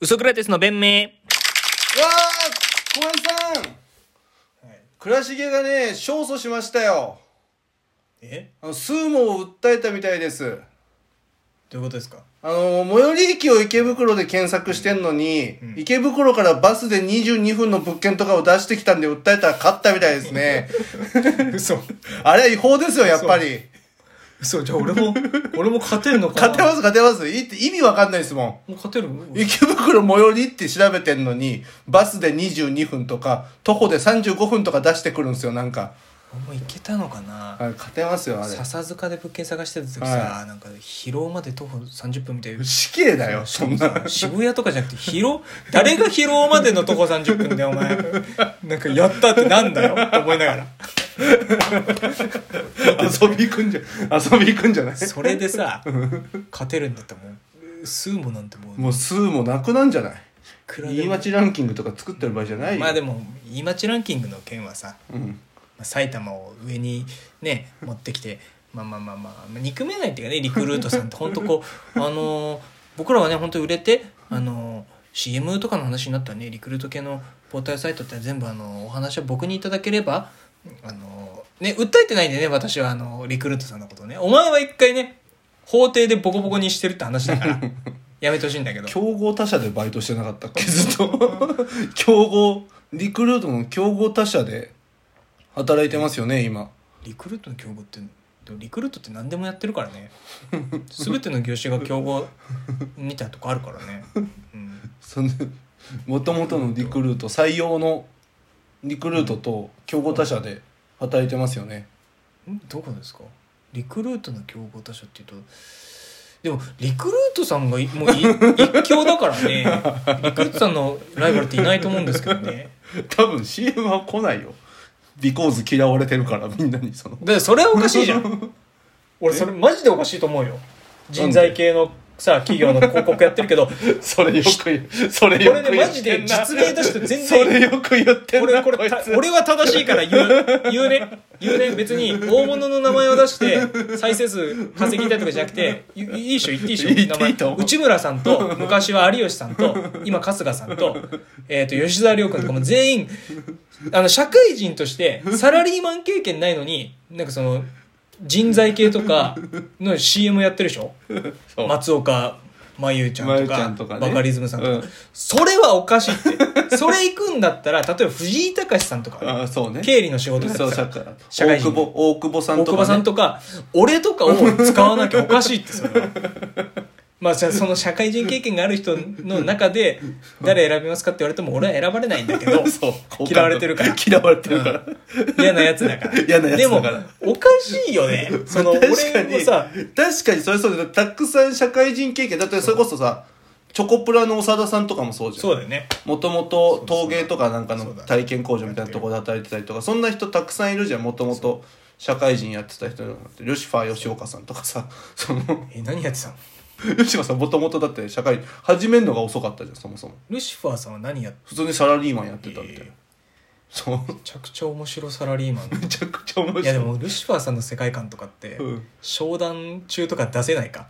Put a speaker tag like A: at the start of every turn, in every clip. A: ウソクラテスの弁明
B: わー小林さん、倉重がね勝訴しましたよ
C: え
B: あのスーモを訴えたみたいです
C: どういうことですか
B: あの最寄り駅を池袋で検索してんのに、
C: ん
B: 池袋からバスで22分の物件とかを出してきたんで訴えたら勝ったみたいですね
C: 嘘
B: あれは違法ですよやっぱり
C: 嘘じゃあ俺も俺も勝てんのかな
B: 勝てます勝てますいいって意味わかんないですも
C: もう勝てる
B: ん池袋最寄りって調べてんのにバスで22分とか徒歩で35分とか出してくるんですよなんか
C: もういけたのかな、
B: あれ勝てますよあれ
C: 笹塚で物件探してた時さ、
B: は
C: なんか広尾まで徒歩30分みたいな
B: 死刑だよそんな
C: 渋谷とかじゃなくて広尾誰が広尾までの徒歩30分でお前なんかやったってなんだよって思いながら
B: 遊び行くんじゃ遊び行くんじゃない
C: それでさ勝てるんだったらもうスーモなんてもう
B: もう数もなくなんじゃない
C: いくら
B: 言
C: で
B: い
C: も
B: 間違いランキングとか作ってる場合じゃないよ
C: まあでも言い間違いランキングの件はさ
B: うん
C: まあ埼玉を上にね 持ってきてまあまあまあまあ、まあ、憎めないっていうかねリクルートさんって本当こうあのー僕らはね本当売れてあのー CM とかの話になったらねリクルート系のポータルサイトって全部あのーお話を僕にいただければあのーね訴えてないんでね私はあのーリクルートさんのことねお前は一回ね法廷でボコボコにしてるって話だからやめてほしいんだけど
B: 競合他社でバイトしてなかったっけずっと 競合リクルートの競合他社で働いてますよね今
C: リクルートの競合ってでもリクルートって何でもやってるからね 全ての業種が競合みたいなとこあるからね、うん、
B: そのもともとのリクルート採用のリクルートと競合他社で働いてますよね
C: んどこですかリクルートの競合他社っていうとでもリクルートさんがいもうい 一強だからねリクルートさんのライバルっていないと思うんですけどね
B: 多分 CM は来ないよビコーズ嫌われてるからみんなにその
C: でそれはおかしいじゃ ん俺それマジでおかしいと思うよ人材系のさ企業の広告やってるけど
B: それよく言うそれ
C: こ
B: よ
C: れ
B: く
C: ねマ
B: 言っ
C: ジで
B: てんな
C: 実例として全
B: そ
C: 然
B: れよく言ってん
C: 俺
B: な
C: これ
B: こい
C: た
B: つ
C: 俺は正しいから言う言うね言うね別に大物の名前を出して再生数稼ぎたいとかじゃなくていいいっしょ言っていいっしょ
B: 言っていい
C: 名前
B: と思う
C: 内村さんと昔は有吉さんと今春日さんと,、えー、と吉沢亮君とかも全員あの社会人としてサラリーマン経験ないのになんかその人材系とかの CM やってるでしょ
B: そう
C: 松岡真優ちゃん
B: ま
C: と
B: ゆち
C: か
B: ゃんとかね
C: バカリズムさんとか、
B: うん
C: それはおかしいってそれ行くんだったら例えば藤井隆さんとか、
B: あそうね
C: 経理の仕事やって
B: そう
C: た
B: 社
C: ら
B: 会
C: 社会
B: 大
C: 人
B: 久保大久保さん
C: 大
B: と
C: 久保
B: か、ね、
C: さんとか俺とかを使わなきゃおかしいってそ れはまあじゃあその社会人経験がある人の中で誰選びますかって言われても俺は選ばれないんだけ ど
B: そう
C: 嫌われてるから
B: 嫌われてるから、
C: 嫌なやつだから
B: 嫌なやつだから
C: でもおかしいよ ねその俺
B: 確かに
C: もさ
B: 確かにそれそうだよたくさん社会人経験だってそれこそさチョコプラの長田さんとかもそうじゃん
C: そうだよね
B: もともと陶芸とかなんかの
C: そうだ
B: 体験工場みたいなところで働いてたりとかそんな人たくさんいるじゃんもともと社会人やってた人なんてルシファー吉岡さんとかさその
C: え何やってたの
B: 吉岡さんもともとだって社会始めるのが遅かったじゃんそもそも
C: ルシファーさんは何やって
B: 普通にサラリーマンやってたみたいな、
C: ええ
B: そう
C: めちゃくちゃ面白サラリーマン
B: めちゃくちゃ面白い
C: いやでもルシファーさんの世界観とかって、
B: うん
C: 商談中とか出せないか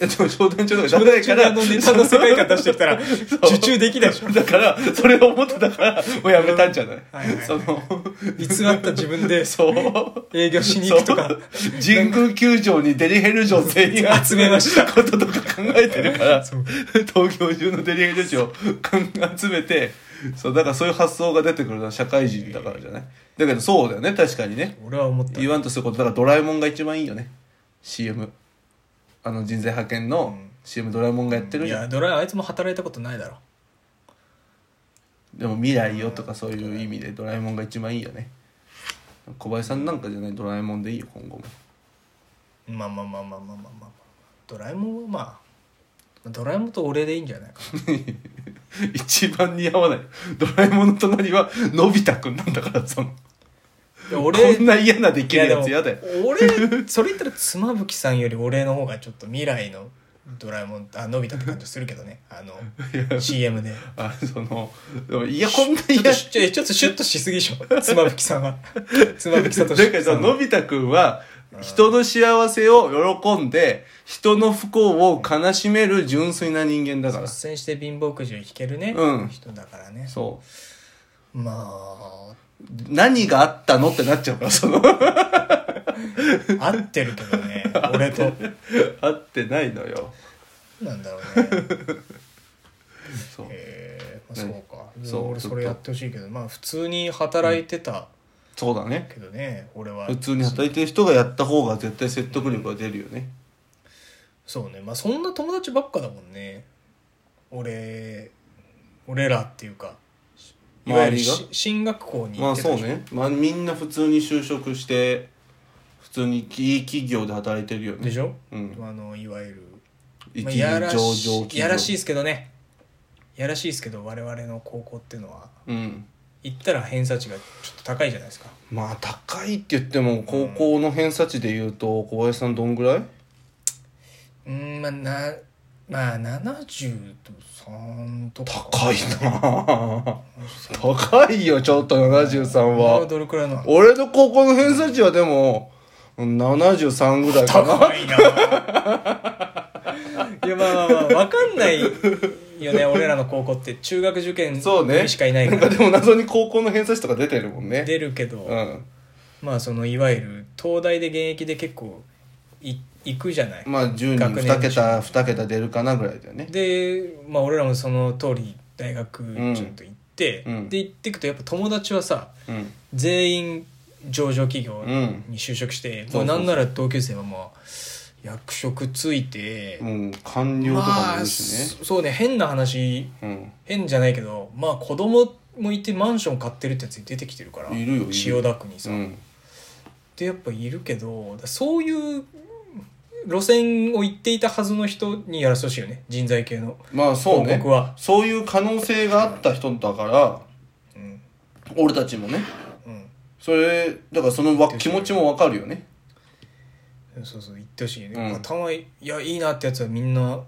B: いやでも商談中とか
C: 商
B: 出
C: 談
B: ないか
C: 中で
B: ら
C: あのネタの世界観出してきたら受注できないでしょ
B: だからそれを思ってたからもうやめたんじゃない、
C: はいはいはい
B: その
C: 偽った自分で
B: そう
C: 営業しに行くとか
B: そう神宮球場にデリヘル城全員
C: 集めました
B: こととか考えてるか ら
C: そう
B: 東京中のデリヘル城を集めてそうだからそういう発想が出てくるのは社会人だからじゃないだけどそうだよね確かにね
C: 俺は思った
B: 言わんとすることだからドラえもんが一番いいよね CM あの人材派遣
C: う
B: の
C: ん
B: CM ドラえもんがやってる
C: い
B: じゃん
C: やドライあいつも働いたことないだろ
B: でも未来よとかそういう意味でドラえもんが一番いいよね小林さんなんかじゃないドラえもんでいいよ今後も
C: まあまあまあまあまあまあまあドラえもんはまあドラえもんと俺でいいんじゃないかな
B: 一番似合わないドラえもんの隣はのび太くんなんだからその
C: いや
B: こんな嫌なできるやつ
C: い
B: や
C: で
B: だよ
C: も俺それ言ったら妻夫木さんより俺の方がちょっと未来のドラえもんあのび太って感じするけどねあ の CM で
B: あそのでもいやこんな
C: ちょ
B: 嫌
C: っとしちょちょっとシュッとしすぎでしょ妻夫木さんは妻夫木さんと
B: だからさ
C: さんは
B: のび太くんは人の幸せを喜んで、人の不幸を悲しめる純粋な人間だから
C: 率。先して貧乏くじを引けるね、
B: うん
C: 人だからね
B: そう。
C: まあ
B: 何があったのってなっちゃ うから、その、
C: 合ってるけどね俺と
B: あってないのよ。
C: なんだろうね
B: そう。
C: えーまあ、そうか
B: そう
C: 俺
B: ずっと
C: それやってほしいけどまあ普通に働いてた
B: そうだね。
C: けどね、俺は
B: 普通に働いてる人がやった方が絶対説得力が出るよね。
C: そうねまあそんな友達ばっかだもんね俺俺らっていうかいわゆる
B: 周りが
C: し進学校に
B: ま
C: 行っ
B: あ
C: てた
B: そう
C: でしょ
B: ね。まあみんな普通に就職して、普通にいい企業で働いてるよ
C: で
B: ね。
C: しょ、
B: うん。
C: あのいわゆる
B: 一
C: まあ、
B: 時
C: やら
B: 上場
C: し
B: 企
C: い
B: 業。
C: やらしいですけどねやらしいですけど我々の高校っていうのは
B: うん。
C: 行ったら偏差値がちょっと高いじゃないですか
B: まあ高いって言っても高校の偏差値で言うと小林さんどんぐらいう
C: ーんまあなまあ73とか
B: 高いな高いよちょっと73
C: 俺は
B: は
C: どれくらいなの
B: 俺の高校の偏差値はでもうん73ぐらいかな
C: 高いないやまあまあまあ分かんないよ ね俺らの高校って中学受験
B: そうね
C: 組しかいない
B: な
C: か
B: んからでも謎に高校の偏差値とか出てるもんね
C: 出るけど、
B: うん
C: まあそのいわゆる東大で現役で結構い行くじゃない
B: まあ10人
C: 学年
B: 2桁2桁出るかなぐらいだよね
C: で、まあ、俺らもその通り大学
B: ん
C: ちょっと行って、
B: うん
C: で行ってくとやっぱ友達はさ
B: うん
C: 全員上場企業
B: うん
C: に就職して、
B: そうそうそう
C: もうなんなら同級生はまあ役職ついて、
B: うん官僚とかも
C: ま
B: い
C: あ
B: るしね、
C: そうね変な話変じゃないけどまあ子供もいてマンション買ってるってやつ出てきてるから
B: いるよいるよ
C: 千代田区に
B: う
C: さ、
B: んうん
C: でやっぱいるけどだそういう路線を行っていたはずの人にやらせてほしいよね人材系の、
B: まあそうね
C: 報告は
B: そういう可能性があった人だから
C: うん
B: 俺たちもね
C: うん、
B: それだからそのわ気持ちもわかるよね
C: そうそう言ってほしいね、
B: うん
C: まあたまいやいいなってやつはみんな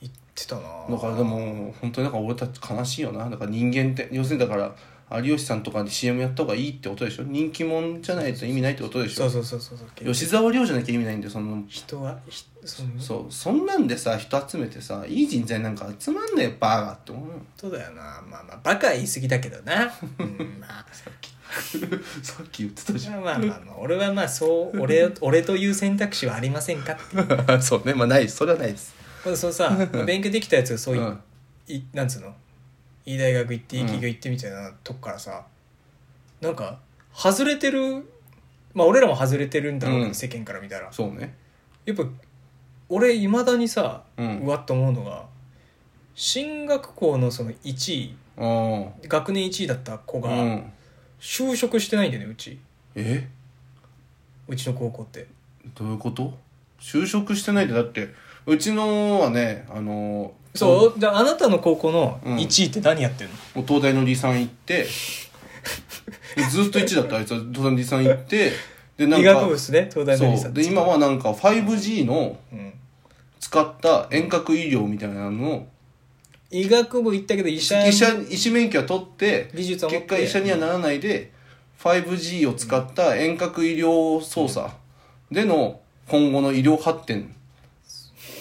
C: 言ってたな
B: だからでも本当にだから俺たち悲しいよなだから人間って要するにだから有吉さんとかに CM やった方がいいってことでしょ人気者じゃないと意味ないってことでし
C: そ
B: ょ
C: うそうそうそうそう
B: 吉沢亮じゃなきゃ意味ないんだよその
C: 人はひその
B: そうそんなんでさ人集めてさいい人材なんか集まんねえバーガーって思うよ
C: 人だよなまあまあバカは言い過ぎだけど な、うん、まあ
B: さっき言ってたじ
C: まあまあまあまあ俺はまあそう俺俺という選択肢はありませんかって
B: ゃん そうねまあないそれはないです
C: まあそのさ勉強できたやつがそう
B: う
C: い,、
B: ん
C: いなんつうのいい大学行っていい
B: うん
C: 企業行ってみたいなとこからさ、なんか外れてるまあ俺らも外れてるんだろうけど、
B: うん
C: 世間から見たら
B: そうね
C: やっぱ俺いまだにさ、
B: う
C: うんわっと思うのが進学校のその1位
B: うん
C: 学年1位だった子
B: う
C: が
B: ん
C: 就職してないんだよねうち
B: え
C: うちの高校って
B: どういうこと就職してないでだってうちのはねあの
C: そうじゃああなたの高校の
B: うん
C: 1位って何やってんの、
B: もう東大の離散行ってずっと1だったあいつは東大の離散行ってでなん
C: 医学部
B: か
C: ですね東大のリサ
B: そ
C: ー
B: う
C: チ
B: で今はなんか 5G の
C: うん
B: 使った遠隔医療みたいなのを
C: 医学部行ったけど医
B: 医
C: 者
B: 者医師免許は取って
C: 美術を持っ
B: 結
C: て
B: 果医者にはならないで 5G を使った遠隔医療操作での今後の医療発展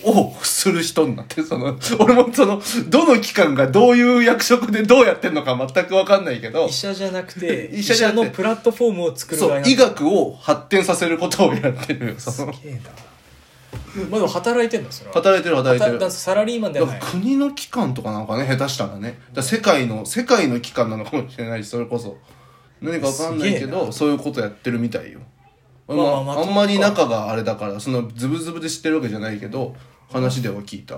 B: をする人になってその俺もそのどの機関がどういう役職でどうやってんのか全く分かんないけど
C: 医者じゃなくて
B: 医
C: 医
B: 者
C: 者
B: じゃなくて
C: のプラットフォームを作る
B: そう
C: 側
B: 医
C: になっ
B: 学を発展させることをやってるよ
C: た
B: その
C: すげえなまあでも働いてんだそれは
B: 働いてる働いて
C: 働
B: る
C: いてサラリーマンで
B: だ
C: は
B: か
C: な
B: ら
C: い
B: 国の機関とかなんかね下手したらねだから世界の世界の機関なのかもしれないしそれこそ何かわかんないけ
C: すげえ
B: どそういうことやってるみたいよ、まあ
C: まあまあ
B: あんまり仲があれだからそのズブズブで知ってるわけじゃないけど話では聞いた、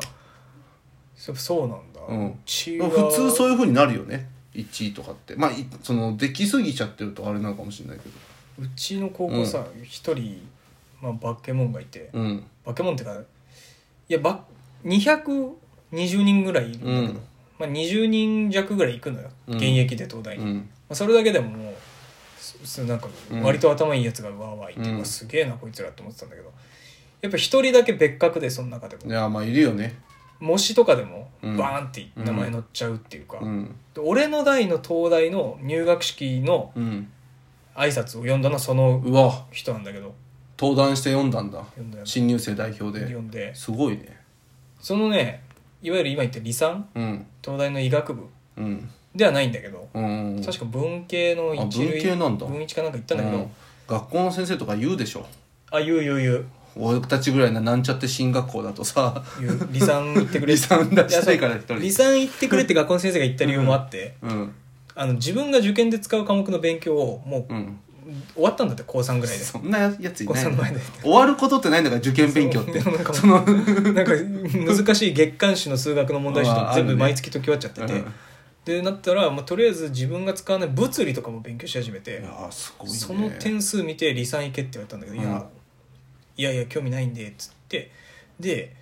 C: そそうなんだ、
B: うん
C: ちは
B: 普通そういうふうになるよね1位とかってまあいそのできすぎちゃってるとあれなのかもしれないけ
C: うちの高校さ一、人、まあ、バケモンがいて、
B: どうん
C: バケモンってかいやば220人ぐらいいるんだけ
B: う
C: ど、
B: ん
C: まあ、20人弱ぐらいいくのよ、
B: うん
C: 現役で東大
B: う
C: に、ま
B: ん
C: あ、それだけでももうすすなんか
B: うん
C: 割と頭いいやつがわーわーいて、
B: うん
C: うわすげえなこいつらって思ってたんだけどやっぱ一人だけ別格でその中で
B: い
C: も
B: やまあいるよね
C: 模試とかでも
B: うん
C: バーンって名前載っちゃうっていうか、
B: うん
C: で俺の代の東大の入学式の
B: うん
C: 挨拶を読んだのはその
B: うわ
C: 人なんだけど
B: 登壇して読んだんだ
C: 読んだよ
B: 新入生代表です
C: 読んです
B: ごいね
C: そのねいわゆる今言った理産
B: うん
C: 東大の医学部
B: うん
C: ではないんだけど
B: うん
C: 確か文系の一類
B: あ文系なんだ
C: 文一かなんか行ったんだけど、
B: うん学校の先生とか言うでしょ
C: あ言う言う言う
B: 俺たちぐらいななんちゃって進学校だとさ
C: 言う理産行ってくれ
B: 離散出してから一
C: いやそう理
B: 人
C: 産行ってくれって学校の先生が言った理由もあって、
B: うん
C: あの自分が受験で使う科目の勉強をもう
B: うん
C: 終わったんだって高3ぐらいで
B: そんなやつい
C: 高
B: ない
C: 3前で
B: 終わることってないんだから受験勉 強って
C: そうなんかもうなんか難しい月刊誌の数学の問題集と
B: あ
C: か
B: あ
C: 全
B: あ
C: 部
B: るね
C: 毎月解き終わっちゃってて、
B: うん
C: でなったら、まあ、とりあえず自分が使わない物理とかも勉強し始めて、
B: いやーすごいね
C: その点数見て理算行けって言われたんだけど、い
B: うん
C: やいやいや興味ないんでっつってで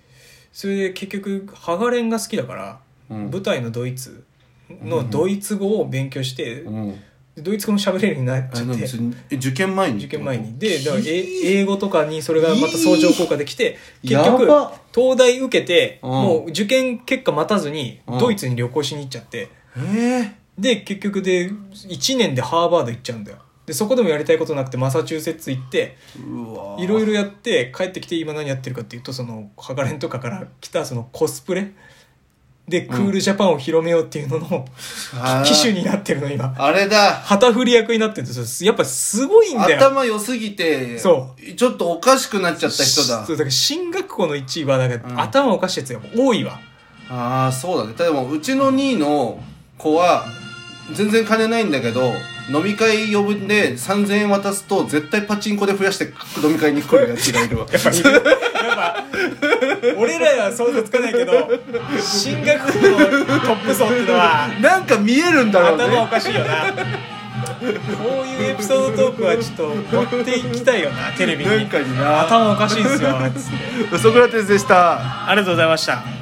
C: それで結局ハガレンが好きだから、
B: うん
C: 舞台のドイツ
B: う
C: の
B: ん
C: ドイツ語を勉強して、
B: うん
C: ドイツ語も喋れるようになっ
B: あ
C: ちゃ
B: れ
C: っ
B: なん
C: て
B: ですえ受験前に
C: 受験前にでだ
B: だ
C: か
B: からら
C: え英語とかにそれがまた相乗効果できて
B: い
C: 結局
B: やば
C: 東大受けて
B: うん
C: もう受験結果待たずに
B: うん
C: ドイツに旅行しに行っちゃって
B: え
C: で結局で1年でハーバード行っちゃうんだよでそこでもやりたいことなくてマサチューセッツ行って
B: ーうわー
C: いろいろやって帰ってきて今何やってるかっていうとそのハガレンとかから来たそのコスプレでクールジャパンを広めようっていうのの
B: あー
C: 機種になってるの今
B: あれだ
C: 旗振り役になってるんですよやっぱすごいんだよ
B: 頭良すぎて
C: そ
B: ちょっとおかしくなっちゃった人だ
C: そうだから進学校の1位はなんか、
B: うん
C: 頭おかしいやつが多いわ
B: ああそうだねでもうちの2位の子は全然金ないんだけど飲み会呼ぶんで3000円渡すと絶対パチンコで増やして飲み会に来 るやつがい るわ
C: やっぱ俺らは想像つかないけど進学校のトップ層っていうのは
B: なんか見えるんだろう
C: 頭お
B: ね
C: かしいよなこういうエピソードトークはちょっと持っていきたいよなテレビ
B: な
C: に
B: んかにな
C: 頭おかしいですよつって
B: ソクラテスでした
C: ありがとうございました